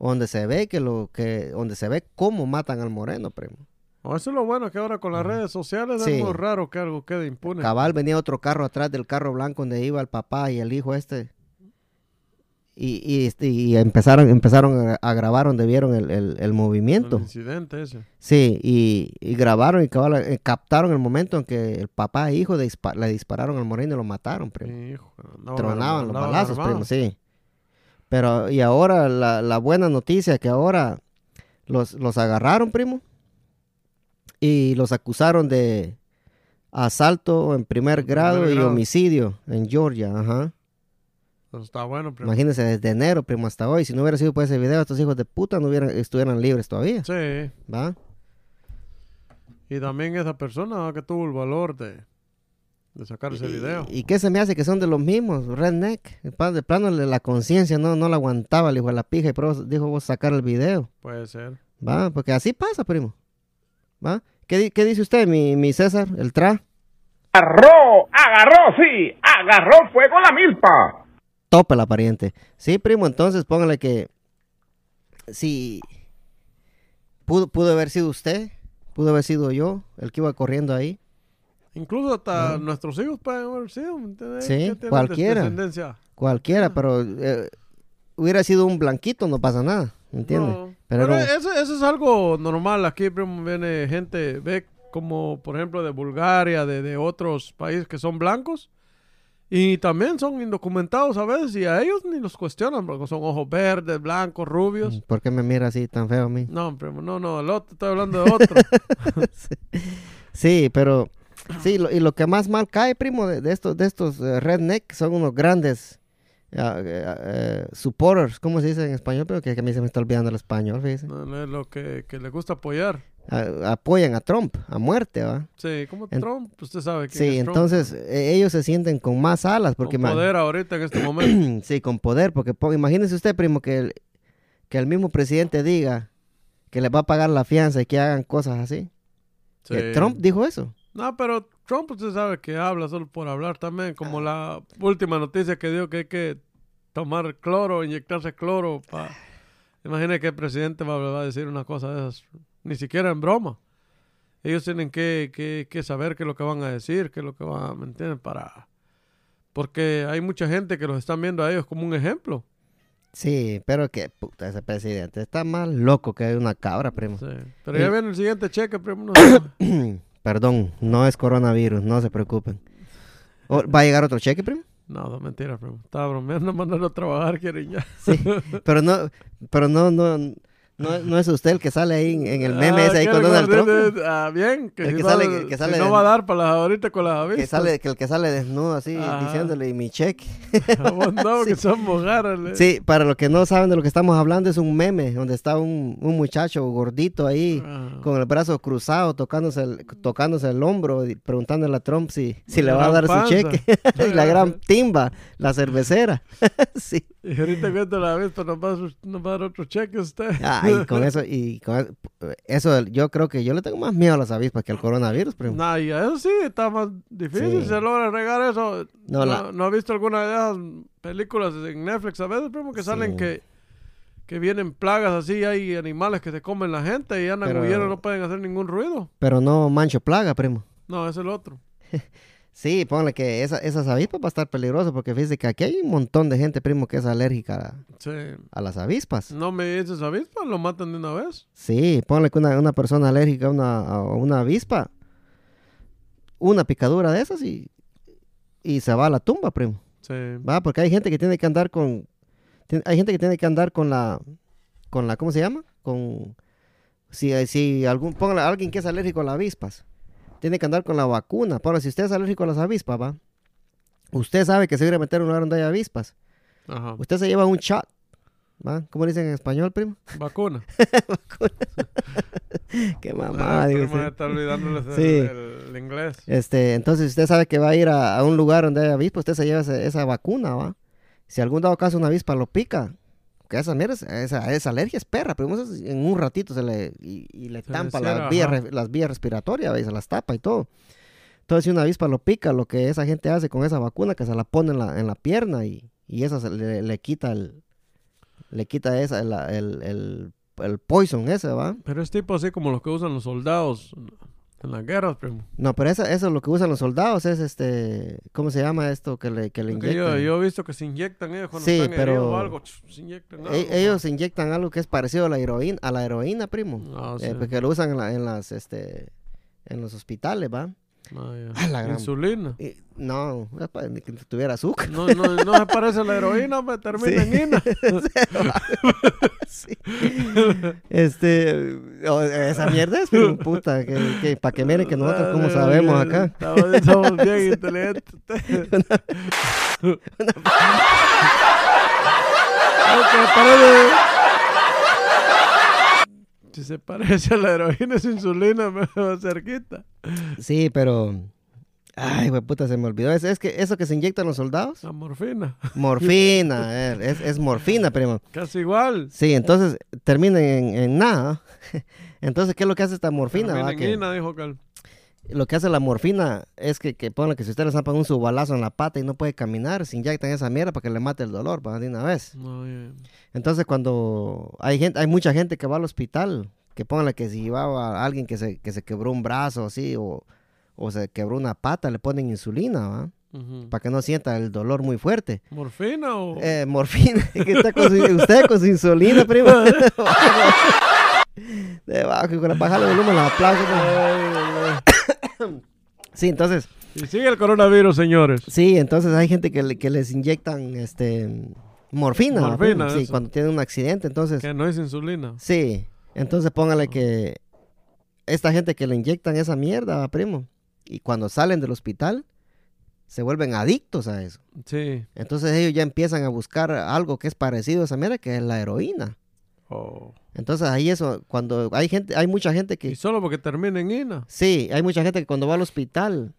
B: donde se ve que lo que donde se ve cómo matan al moreno, primo.
C: No, Oh, eso es lo bueno que ahora con las redes sociales
B: Sí.
C: es muy raro que algo quede impune.
B: Cabal venía otro carro atrás del carro blanco donde iba el papá y el hijo este. Y, y este- y empezaron, empezaron a- a grabar donde vieron el, el- el
C: El
B: movimiento.
C: incidente ese.
B: Sí, y, y grabaron y cabal, eh, captaron el momento en que el papá e hijo de dispa- le dispararon al moreno y lo mataron, primo.
C: Hijo, andaban-
B: Tronaban los
C: andaban
B: balazos, primo,
C: armados.
B: sí. Pero, y ahora la, la buena noticia que ahora los, los agarraron, primo, y los acusaron de asalto en primer grado y
C: grado.
B: homicidio en Georgia, ajá.
C: Pero está bueno, primo.
B: Imagínense, desde enero, primo, hasta hoy. Si no hubiera sido por ese video, estos hijos de puta no hubieran, estuvieran libres todavía,
C: Sí.
B: ¿va?
C: Y también esa persona ¿no? que tuvo el valor de, de sacar ese video.
B: ¿Y, y qué se me hace que son de los mismos? Redneck. De plan- de plano, la la conciencia no, no la aguantaba, le dijo a la pija y por eso dijo, vos sacar el video.
C: Puede ser.
B: Va, porque así pasa, primo. ¿Va? ¿Qué, di- qué dice usted, mi, mi César, el tra?
A: Agarró, agarró, sí, agarró fuego la milpa.
B: Tope la pariente. Sí, primo, entonces póngale que. Si. Pudo, pudo haber sido usted, pudo haber sido yo, el que iba corriendo ahí.
C: Incluso hasta nuestros hijos pueden haber sido. ¿me entiendes?
B: Sí,
C: Que tienen des-
B: cualquiera.
C: descendencia. Ah.
B: Cualquiera, pero. eh, hubiera sido un blanquito, no pasa nada. ¿Me entiende?
C: No.
B: Pero,
C: Pero,
B: era un-
C: eso, eso es algo normal. Aquí primo, viene gente, ve como por ejemplo de Bulgaria, de, de otros países que son blancos. Y también son indocumentados a veces y a ellos ni los cuestionan, porque son ojos verdes, blancos, rubios.
B: ¿Por qué me mira así tan feo a mí?
C: No, primo, no, no, el otro, estoy hablando de otro.
B: Sí, pero sí, lo- y lo que más mal cae, primo, de, de estos, de estos eh, redneck, son unos grandes ah, eh, eh, supporters, ¿cómo se dice en español? Pero que, que a mí se me está olvidando el español, fíjese.
C: No, no es lo que, que le gusta apoyar.
B: A- apoyan a Trump, a muerte, ¿va?
C: Sí, como
B: En-
C: Trump, usted sabe que
B: Sí,
C: es Trump.
B: entonces eh, ellos se sienten con más alas,
C: Con
B: porque ma-
C: poder ahorita en este momento.
B: sí, con poder, porque po- imagínese usted, primo, que el, que el mismo presidente diga que les va a pagar la fianza y que hagan cosas así. Que
C: Sí.
B: Trump dijo eso.
C: No, pero Trump pues, usted sabe que habla solo por hablar también, como la última noticia que dio que hay que tomar cloro, inyectarse cloro. Pa... Imagina que el presidente va va a decir una cosa de esas, ni siquiera en broma. Ellos tienen que, que- que saber qué es lo que van a decir, qué es lo que van a, ¿me entienden? Para... Porque hay mucha gente que los están viendo a ellos como un ejemplo.
B: Sí, pero que puta, ese presidente está más loco que una cabra, primo.
C: Sí. Pero ya
B: Y-
C: viene el siguiente cheque, primo. no-
B: Perdón, no es coronavirus, no se preocupen. O- ¿Va a llegar otro cheque, primo?
C: No, no, mentira, primo. Estaba bromeando, mandarlo a trabajar, quieren ya.
B: Sí, pero no, pero no, no, no, no es usted el que sale ahí en, en el meme
C: Ah,
B: ese ahí
C: ¿qué
B: con Donald
C: recuerdo?
B: Trump.
C: Ah, bien, que,
B: El
C: si
B: que
C: va-
B: sale- que- que
C: si
B: sale
C: no
B: en-
C: va a dar para las ahorita con las avistas.
B: Que sale, que el que sale desnudo así
C: Ajá.
B: diciéndole y mi cheque.
C: Vos no, que son mojaras. le-
B: Sí, para los que no saben de lo que estamos hablando, es un meme donde está un, un muchacho gordito ahí
C: Ah.
B: con el brazo cruzado, tocándose el, tocándose el hombro, y preguntándole a Trump si, si le va a
C: gran
B: dar su
C: panza.
B: cheque. y la gran timba, la cervecera. sí.
C: Y ahorita cuento la vista, nos va, a su- nos va a dar otro cheque usted.
B: Ay, con eso, y con eso- eso, yo creo que yo le tengo más miedo a las avispas que al coronavirus, primo.
C: Nah, y eso sí, está más difícil.
B: Sí.
C: Se logra regar eso.
B: No,
C: No,
B: la-
C: ¿no ha visto alguna de esas películas en Netflix a veces, primo, que salen
B: Sí.
C: que, que vienen plagas así. Hay animales que se comen la gente y andan
B: Pero-
C: huyendo, no pueden hacer ningún ruido.
B: Pero no mancho plaga, primo.
C: No, es el otro.
B: Sí, ponle que esa, esas avispas va a estar peligroso porque fíjese que aquí hay un montón de gente, primo, que es alérgica
C: Sí.
B: a, a las avispas.
C: No me dices avispa, lo matan de una vez.
B: Sí, ponle que una, una persona alérgica a una, a una avispa, una picadura de esas y, y se va a la tumba, primo.
C: Sí.
B: Va, porque hay gente que tiene que andar con, tien- hay gente que tiene que andar con la, con la, ¿cómo se llama? Con, si, si algún, póngale, alguien que es alérgico a las avispas, tiene que andar con la vacuna. Ponle, si usted es alérgico a las avispas, va, usted sabe que se va a ir a meter en un lugar donde hay avispas.
C: Ajá.
B: Usted se lleva un shot, ¿va? ¿Cómo dicen en español, primo?
C: Vacuna.
B: Qué mamá,
C: Ay,
B: digo,
C: primo,
B: Ah, sí.
C: ya Ah, está olvidándoles el-
B: Sí.
C: el, el inglés.
B: Este, entonces, usted sabe que va a ir a, a un lugar donde hay avispas, usted se lleva ese- esa vacuna, ¿va? Si algún dado caso una avispa lo pica, que esa mierda, es- esa, esa alergia es perra, pero eso es- en un ratito se le, y, y le
C: Se le
B: tampa
C: cierra,
B: las, vías,
C: ajá.
B: re- las vías respiratorias, ¿ve? y se las tapa y todo. Entonces, si una avispa lo pica, lo que esa gente hace con esa vacuna, que se la pone en la, en la pierna y, y esa se le, le quita el, le quita esa, la- el, el, el poison ese, ¿va?
C: Pero es tipo así como los que usan los soldados en las guerras, primo.
B: No, pero esa- eso es lo que usan los soldados, es este, ¿cómo se llama esto que le, que le
C: Porque yo,
B: inyectan?
C: yo he visto que se inyectan ellos cuando
B: Sí,
C: están
B: pero-
C: heridos o algo. ch, Se inyectan algo,
B: E- ellos inyectan algo que es parecido a la heroína, a la heroína, primo.
C: Ah, sí.
B: Eh, porque lo usan en, la- en las, este, en los hospitales, ¿va?
C: Ah, ya.
B: A la gran-
C: Insulina.
B: Y- no, es para ni que tuviera azúcar.
C: No, no, no se parece a la heroína, me termina en ina.
B: Sí. Este, o- esa mierda es primo, puta, que, para que miren que nosotros como sabemos acá.
C: Estamos, estamos bien inteligentes. Lo que parece- Si se parece a la heroína, es insulina, me va cerquita.
B: Sí, pero, ay, güey, puta, se me olvidó. Es, es que eso que se inyectan los soldados,
C: La morfina.
B: morfina, eh, es, es morfina, primo.
C: Casi igual.
B: Sí, entonces termina en, en nada. Entonces, ¿qué es lo que hace esta morfina?
C: Termina
B: va?
C: en
B: Que-
C: ina, dijo Cal.
B: lo que hace la morfina es que, que ponle que si usted le zampan un subalazo en la pata y no puede caminar, se inyectan esa mierda para que le mate el dolor, va, de una vez.
C: No, ya.
B: Entonces, cuando hay gente, hay mucha gente que va al hospital, que póngale que si va a alguien que se, que se quebró un brazo así, o, o se quebró una pata, le ponen insulina, ¿va?
C: Ujú.
B: Para que no sienta el dolor muy fuerte.
C: ¿Morfina o...?
B: Eh, morfina, que está con su- usted con su insulina, primo. Debajo, hijo de la- bájale el volumen, los aplausos. primo.
C: Ay,
B: Sí, entonces,
C: Eh, Y sigue el coronavirus, señores.
B: sí, entonces hay gente que, le- que les inyectan este morfina, ¿va, primo?
C: Morfina,
B: sí,
C: eso.
B: cuando tienen un accidente, entonces.
C: Que no es insulina.
B: Sí, entonces póngale que esta gente que le inyectan esa mierda, va, primo, y cuando salen del hospital, se vuelven adictos a eso.
C: Sí.
B: Entonces ellos ya empiezan a buscar algo que es parecido a esa mierda, que es la heroína.
C: Oh.
B: Entonces ahí eso, cuando hay gente, hay mucha gente
C: Y
B: que,
C: solo porque termina en ina.
B: sí, hay mucha gente que cuando va al hospital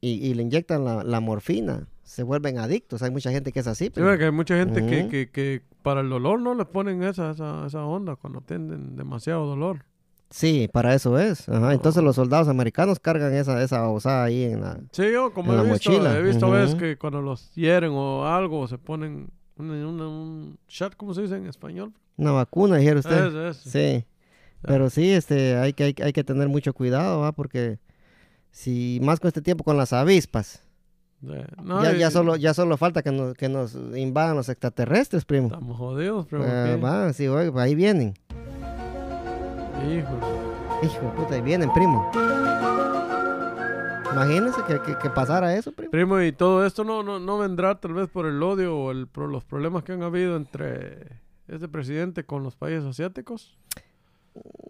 B: y, y le inyectan la, la morfina, se vuelven adictos. Hay mucha gente que es así.
C: Sí,
B: primo.
C: ve que hay mucha gente que,
B: Ujú.
C: que, que para el dolor no le ponen esa, esa, esa onda cuando tienen demasiado dolor.
B: Sí, para eso es.
C: Oh.
B: Ajá, Entonces los soldados americanos cargan esa, esa osada ahí en la...
C: Sí, yo como
B: En
C: he
B: la
C: visto,
B: mochila.
C: he visto a veces
B: Ujú.
C: que cuando los hieren o algo se ponen un, un, un shot, ¿cómo se dice en español?
B: Una vacuna, dijera usted.
C: Ese, ese.
B: Este. Sí. Pero sí, este, hay que, hay, que- hay que tener mucho cuidado, ¿va? Porque si más con este tiempo con las avispas,
C: Sí. No,
B: ya,
C: y-
B: ya solo, ya solo falta que nos, que nos invadan los extraterrestres, primo.
C: Estamos jodidos, pero
B: Ah,
C: ¿qué?
B: va, sí, oye, ahí vienen.
C: Híjole.
B: Hijo de puta, ahí vienen, primo. Imagínense que, que- que pasara eso, primo.
C: Primo, y todo esto no, no, no vendrá tal vez por el odio o el, por los problemas que han habido entre este presidente con los países asiáticos.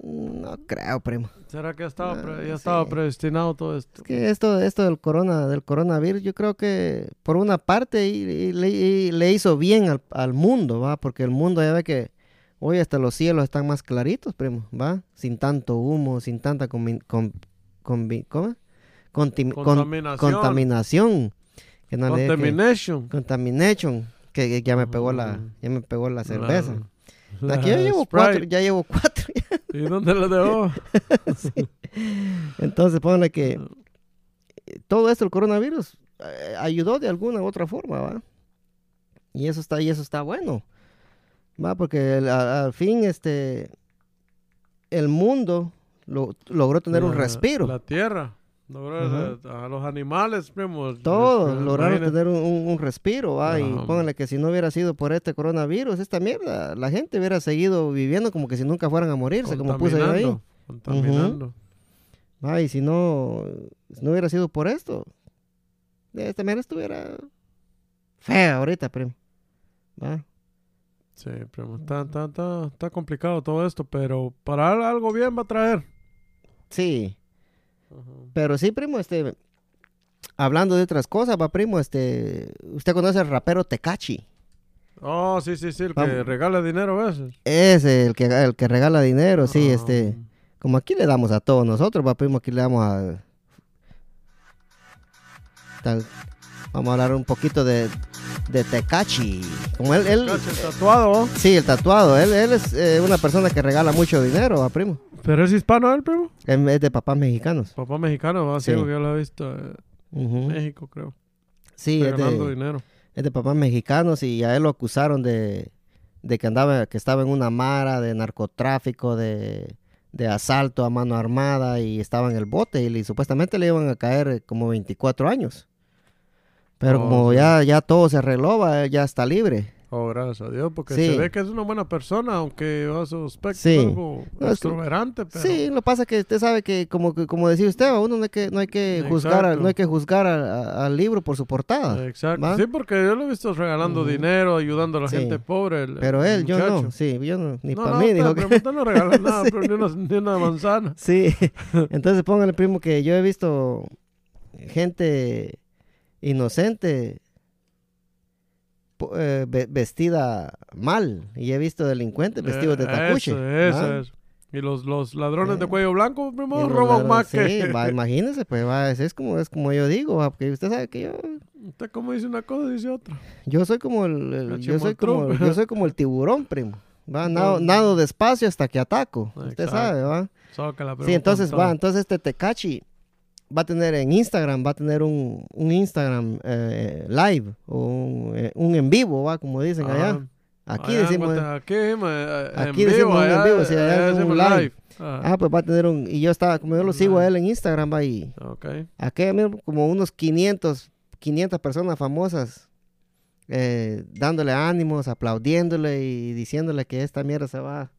B: No creo, primo.
C: ¿Será que ya estaba,
B: No,
C: pre- ya
B: Ah, sí.
C: estaba predestinado todo esto?
B: Es que esto, esto del corona, del coronavirus, yo creo que por una parte y, y le, y le hizo bien al, al mundo, ¿va? Porque el mundo ya ve que hoy hasta los cielos están más claritos, primo, ¿va? Sin tanto humo, sin tanta conmi- con- convi- ¿cómo es? Contim- con-
C: Contaminación.
B: contaminación. Que no le- que-
C: Contamination.
B: contamination. Que, que ya me pegó la,
C: Mm.
B: ya me pegó la cerveza.
C: La-
B: Aquí ya
C: la
B: llevo
C: Sprite.
B: cuatro, ya llevo cuatro.
C: ¿Y dónde la dejó?
B: Entonces, póngale que eh, todo esto, el coronavirus, eh, ayudó de alguna u otra forma, ¿va? Y eso está, y eso está bueno, ¿va? Porque el- a- al fin, este, el mundo lo- logró tener un
C: La-
B: respiro.
C: La tierra. Lograr a, a los animales, primo.
B: Todos
C: respirar,
B: lograron
C: imagínate.
B: tener un, un- un respiro, ¿va? Y
C: Ajá, hombre.
B: póngale que si no hubiera sido por este coronavirus, esta mierda, la gente hubiera seguido viviendo como que si nunca fueran a morirse, como puse yo ahí.
C: Contaminando, Contaminando.
B: Ah, y si no, si no hubiera sido por esto, eh, esta mierda estuviera fea ahorita, primo. ¿Va?
C: Sí, primo. Está, está, está, está complicado todo esto, pero para al- algo bien va a traer.
B: Sí,
C: Ajá.
B: pero sí, primo, este, hablando de otras cosas, va, primo, este, usted conoce al rapero Tecachi.
C: Oh, sí, sí, sí. El que
B: Vamos.
C: regala dinero a veces.
B: Es el que, el que regala dinero, sí,
C: Ah,
B: este, como aquí le damos a todos nosotros, va, primo, aquí le damos a... Tal- Vamos a hablar un poquito de, de Tecachi. Como él, él,
C: Cacha, el tatuado.
B: Sí, el tatuado. Él, él es eh, una persona que regala mucho dinero a primo.
C: Pero es hispano él, primo.
B: Él es de papás mexicanos.
C: Papá mexicano, va así
B: Sí.
C: porque yo lo he visto en
B: Ujú.
C: México, creo.
B: Sí, este. es
C: Regalando
B: de,
C: dinero.
B: es de papás mexicanos y a él lo acusaron de, de que andaba, que estaba en una mara de narcotráfico, de, de asalto a mano armada y estaba en el bote y, le- supuestamente le iban a caer eh, como 24 años. Pero
C: Oh,
B: como
C: sí.
B: ya, ya todo se arregló, va, ya está libre.
C: Oh, gracias a Dios, porque
B: Sí.
C: se ve que es una buena persona, aunque yo sospecho
B: Sí.
C: algo
B: No, es que-
C: extroverante, pero...
B: Sí, lo pasa que usted sabe que, como, que- como decía usted, a uno no hay que, no hay que juzgar, al-
C: Exacto.
B: no hay que juzgar al- a- al libro por su portada.
C: Exacto.
B: ¿va?
C: Sí, porque yo lo he visto regalando
B: Ujú.
C: dinero, ayudando a la
B: Sí.
C: gente pobre. el-
B: Pero
C: el
B: él, yo
C: muchacho.
B: no, sí, yo no, ni
C: no,
B: para
C: no,
B: mí,
C: pero-
B: dijo
C: pero
B: que...
C: usted no regala nada, pero ni, una, ni una manzana.
B: Sí, entonces póngale, primo, que yo he visto gente inocente po- eh, ve- vestida mal y he visto delincuentes vestidos de
C: Eh,
B: tacuche.
C: Eso,
B: ¿va?
C: eso, eso. Y los, los ladrones de
B: Sí.
C: cuello blanco, primo,
B: Y los ladrones-
C: roban más
B: sí,
C: que...
B: va, imagínese, pues va, es, es como es como yo digo, va, porque usted sabe que yo
C: Usted como dice una cosa, dice otra.
B: yo soy como el, el-
C: El
B: yo soy
C: chimoltrufo.
B: como yo soy como el tiburón, primo. Va, nado,
C: Oh.
B: nado despacio hasta que ataco. Usted
C: Exacto.
B: sabe, ¿va?
C: Zócala, primo,
B: Sí, entonces
C: con todo.
B: va, entonces este Tecachi va a tener en Instagram, va a tener un, un Instagram eh, live, o un, eh, un en vivo, va, como dicen
C: Ah,
B: allá. Aquí
C: allá en
B: decimos,
C: Guata- Aquí, decimos, eh, en
B: Aquí decimos
C: vivo,
B: un en
C: allá-
B: vivo, sí, allá es un
C: decimos
B: live.
C: Ah,
B: ah, pues va a tener un, y yo estaba, como yo lo sigo a
C: Live.
B: él en Instagram, va, y
C: ok.
B: aquí hay como unos 500, 500 personas famosas eh, dándole ánimos, aplaudiéndole y diciéndole que esta mierda se va,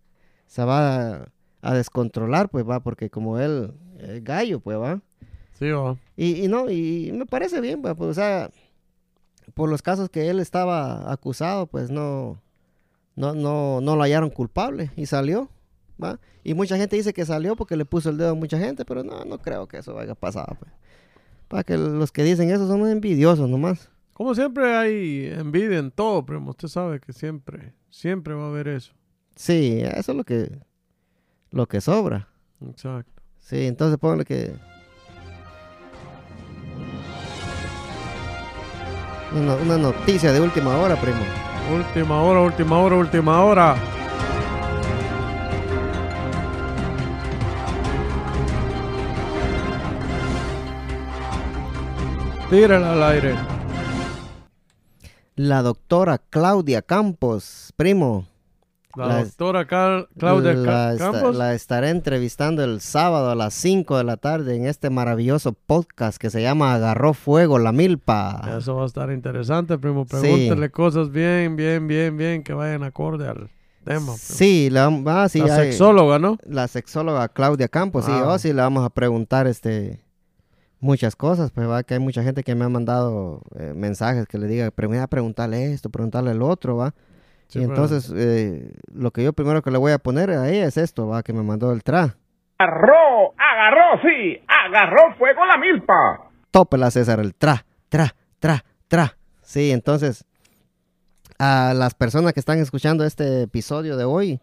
B: se va a, a descontrolar, pues va, porque como él, el gallo, pues va.
C: Sí, va.
B: Y, y no, y me parece bien, pues, pues, o sea, por los casos que él estaba acusado, pues no, no, no, no lo hallaron culpable y salió, ¿va? Y mucha gente dice que salió porque le puso el dedo a mucha gente, pero no, no creo que eso haya pasado, pues. Para que los que dicen eso son envidiosos nomás.
C: Como siempre hay envidia en todo, primo. Usted sabe que siempre, siempre va a haber eso.
B: Sí, eso es lo que, lo que sobra.
C: Exacto.
B: Sí, entonces ponle que... Una, una noticia de última hora, primo.
C: Última hora, última hora, última hora. Tírala al aire.
B: La doctora Claudia Campos, primo.
C: La
B: La-
C: doctora Cal- Claudia Ca-
B: la esta-
C: Campos.
B: la estaré entrevistando el sábado a las 5 de la tarde en este maravilloso podcast que se llama Agarró Fuego la Milpa.
C: Eso va a estar interesante, primo.
B: Sí.
C: Pregúntele cosas bien, bien, bien, bien que vayan acorde al tema. primo.
B: Sí, la, vam- ah, sí,
C: pues. la
B: hay-
C: sexóloga, ¿no?
B: la sexóloga Claudia Campos, sí,
C: Ah.
B: oh, sí, le vamos a preguntar este muchas cosas, pues va que hay mucha gente que me ha mandado eh, mensajes que le diga, "Pre- mira, preguntarle esto, preguntarle el otro, va.
C: Sí,
B: y
C: pero-
B: entonces eh, lo que yo primero que le voy a poner a ella es esto, va, que me mandó el tra.
A: Agarró, agarró, sí, agarró fuego la milpa.
B: tópela César, el tra, tra, tra, tra. Sí, entonces, a las personas que están escuchando este episodio de hoy,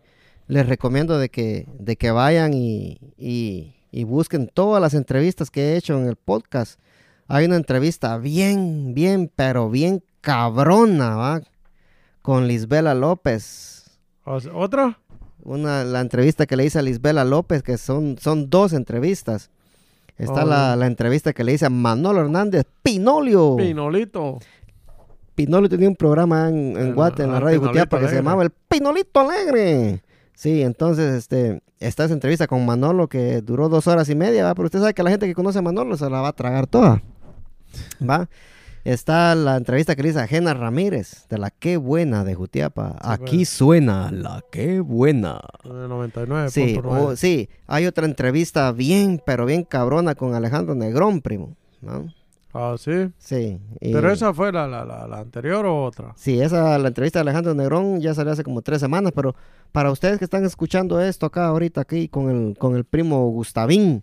B: les recomiendo de que, de que vayan y, y- y busquen todas las entrevistas que he hecho en el podcast. Hay una entrevista bien, bien, pero bien cabrona, ¿va? Con Lisbela López.
C: O sea, ¿Otra?
B: Una, la entrevista que le hice a Lisbela López, que son, son dos entrevistas. Está
C: Oh.
B: la, la entrevista que le hice a Manolo Hernández Pinolio.
C: Pinolito.
B: Pinolio tenía un programa en, en
C: El-
B: Guate, en la
C: ah,
B: radio
C: Pinolito
B: Jutiapa, que se
C: Alegre.
B: llamaba El Pinolito Alegre. Sí, entonces, este, está esa entrevista con Manolo que duró dos horas y media, ¿va? Pero usted sabe que la gente que conoce a Manolo se la va a tragar toda, ¿va? Está la entrevista que le hice a Jena Ramírez, de la Qué Buena de Jutiapa. Aquí
C: bueno.
B: suena la Qué Buena.
C: en el 99.
B: Sí, oh,
C: punto
B: o-
C: nueve.
B: sí, hay otra entrevista bien, pero bien cabrona con Alejandro Negrón, primo, ¿no?
C: Ah,
B: eh,
C: sí.
B: Sí. y-
C: Pero esa fue la, la, la, la anterior o otra.
B: Sí, esa, la entrevista de Alejandro Negrón ya salió hace como tres semanas, pero para ustedes que están escuchando esto acá ahorita aquí con el, con el primo Gustavín,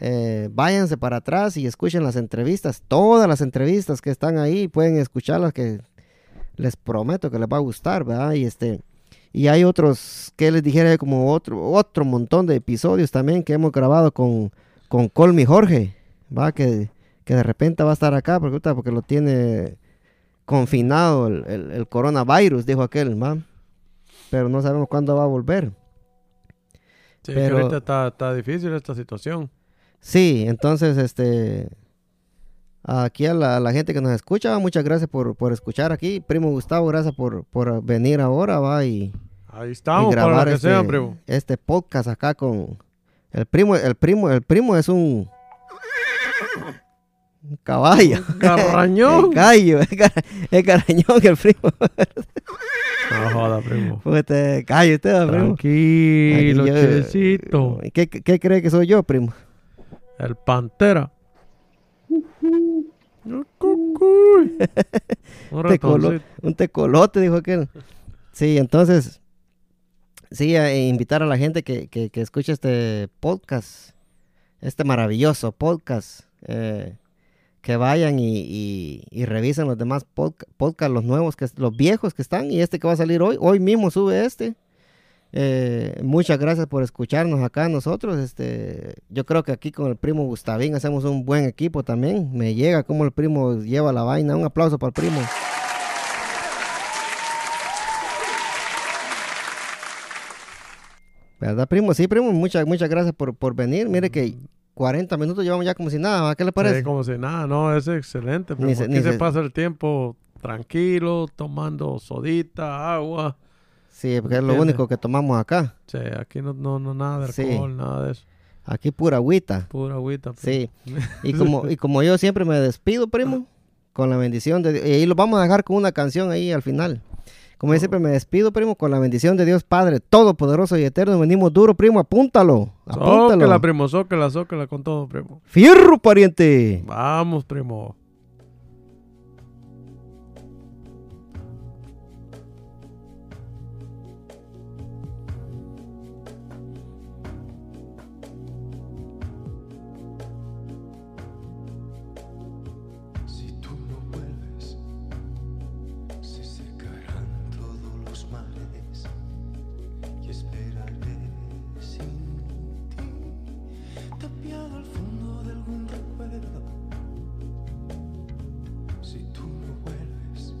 B: eh, váyanse para atrás y escuchen las entrevistas, todas las entrevistas que están ahí, pueden escucharlas que les prometo que les va a gustar, ¿verdad? Y este... Y hay otros que les dijera como otro, otro montón de episodios también que hemos grabado con, con Colmi Jorge, va que, que de repente va a estar acá porque, ahorita- porque lo tiene confinado el, el- el coronavirus, dijo aquel, va. Pero no sabemos cuándo va a volver.
C: Sí, que
B: Pero-
C: ahorita está, está difícil esta situación.
B: Sí, entonces este aquí a la, a la gente que nos escucha. Muchas gracias por, por escuchar aquí. Primo Gustavo, gracias por, por venir ahora, va, y,
C: Ahí
B: y
C: estamos, para lo que
B: este,
C: sea, primo.
B: este podcast acá con el primo. El primo, el primo es un... un caballo.
C: Carrañón.
B: El gallo, el, gar- el garañón, el primo.
C: No joda, primo.
B: Usted, gallo, usted, va, primo.
C: Tranquilo,
B: Aquí yo- eh,
C: checito.
B: ¿Qué, ¿Qué cree que soy yo, primo?
C: El pantera. El cucuy. Un
B: tecolo-
C: ratoncito.
B: un tecolote, dijo aquel. Sí, entonces, sí, a- e invitar a la gente que, que- que escuche este podcast, este maravilloso podcast, eh, que vayan y, y- y revisen los demás podca- podcasts, los nuevos, que, los viejos que están, y este que va a salir hoy, hoy mismo sube este. Eh, muchas gracias por escucharnos acá nosotros. Este, yo creo que aquí con el primo Gustavín hacemos un buen equipo también. Me llega como el primo lleva la vaina. Un aplauso para el primo. ¿Verdad, primo? Sí, primo, muchas, muchas gracias por, por venir. Mire que 40 minutos llevamos ya como si nada, ¿verdad? ¿qué le parece?
C: Sí, como si nada, no, es excelente. Primo.
B: se-
C: Aquí
B: ni
C: se
B: se-
C: pasa el tiempo tranquilo, tomando sodita, agua.
B: Sí, porque es lo
C: Entiende.
B: único que tomamos acá.
C: Sí, aquí no, no, no nada de
B: Sí.
C: alcohol, nada de eso.
B: Aquí pura agüita.
C: Pura agüita. primo.
B: Sí. Y como, y como yo siempre me despido, primo, con la bendición de Dios. Y ahí lo vamos a dejar con una canción ahí al final. Como yo siempre me despido, primo, con la bendición de Dios Padre Todopoderoso y Eterno. Venimos duro, primo, apúntalo. Apúntalo.
C: Zócala, primo, zócala, zócala con todo, primo.
B: Fierro, pariente.
C: Vamos, primo.
E: Si tú no vuelves, se secarán todos los mares y esperaré sin ti, tapiado al fondo de algún recuerdo. Si tú no vuelves,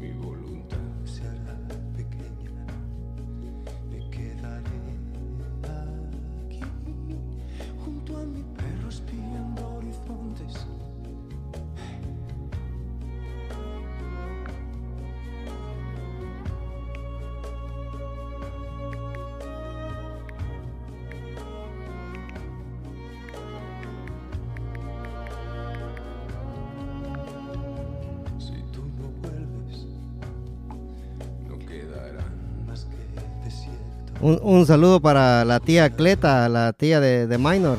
E: mi voluntad se hará pequeña, me quedaré aquí junto a mi perro espiando horizontes. Si tú no vuelves, no quedarán más que desierto.
B: Un, un saludo para la tía Cleta, la tía de, de Minor,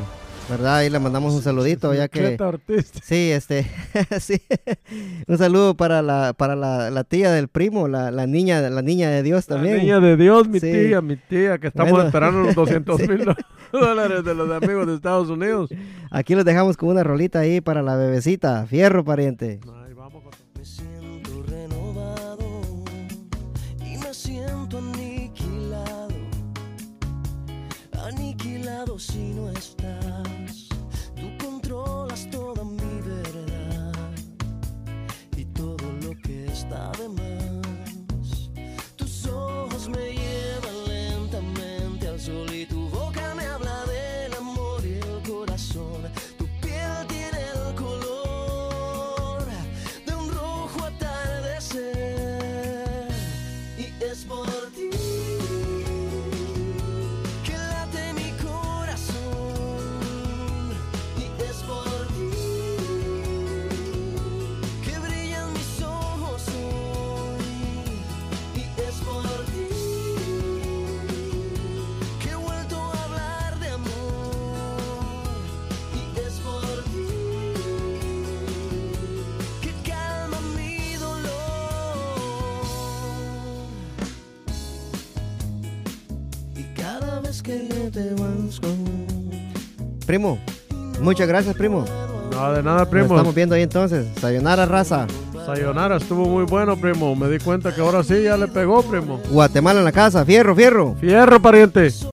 B: ¿verdad? Ahí le mandamos un saludito, ya que...
C: Cleta Ortiz.
B: Sí, este, sí. Un saludo para la, para la, la tía del primo, la, la niña, la niña de Dios también.
C: La niña de Dios, mi
B: Sí.
C: tía, mi tía, que estamos
B: Bueno.
C: esperando los 200 mil dólares de los amigos de Estados Unidos.
B: Aquí los dejamos con una rolita ahí para la bebecita. Fierro, pariente.
C: Ahí vamos con todo.
F: Me siento renovado y me siento aniquilado, aniquilado si no estás. Tú controlas toda mi verdad y todo lo que está de más. Tus ojos me llevan lentamente al sol y tu boca me habla del amor y el corazón. Tu piel tiene el color de un rojo atardecer y es por ti. que late mi corazón y es por ti que brillan mis ojos hoy y es por ti que he vuelto a hablar de amor y es por ti que calma mi dolor y cada vez que yo te busco
B: Primo, muchas gracias, primo.
C: No, de nada,
B: Nos
C: primo.
B: estamos viendo ahí entonces. Sayonara, raza.
C: Sayonara, estuvo muy bueno, primo. Me di cuenta que ahora sí ya le pegó, primo.
B: Guatemala en la casa. Fierro, fierro.
C: Fierro, pariente.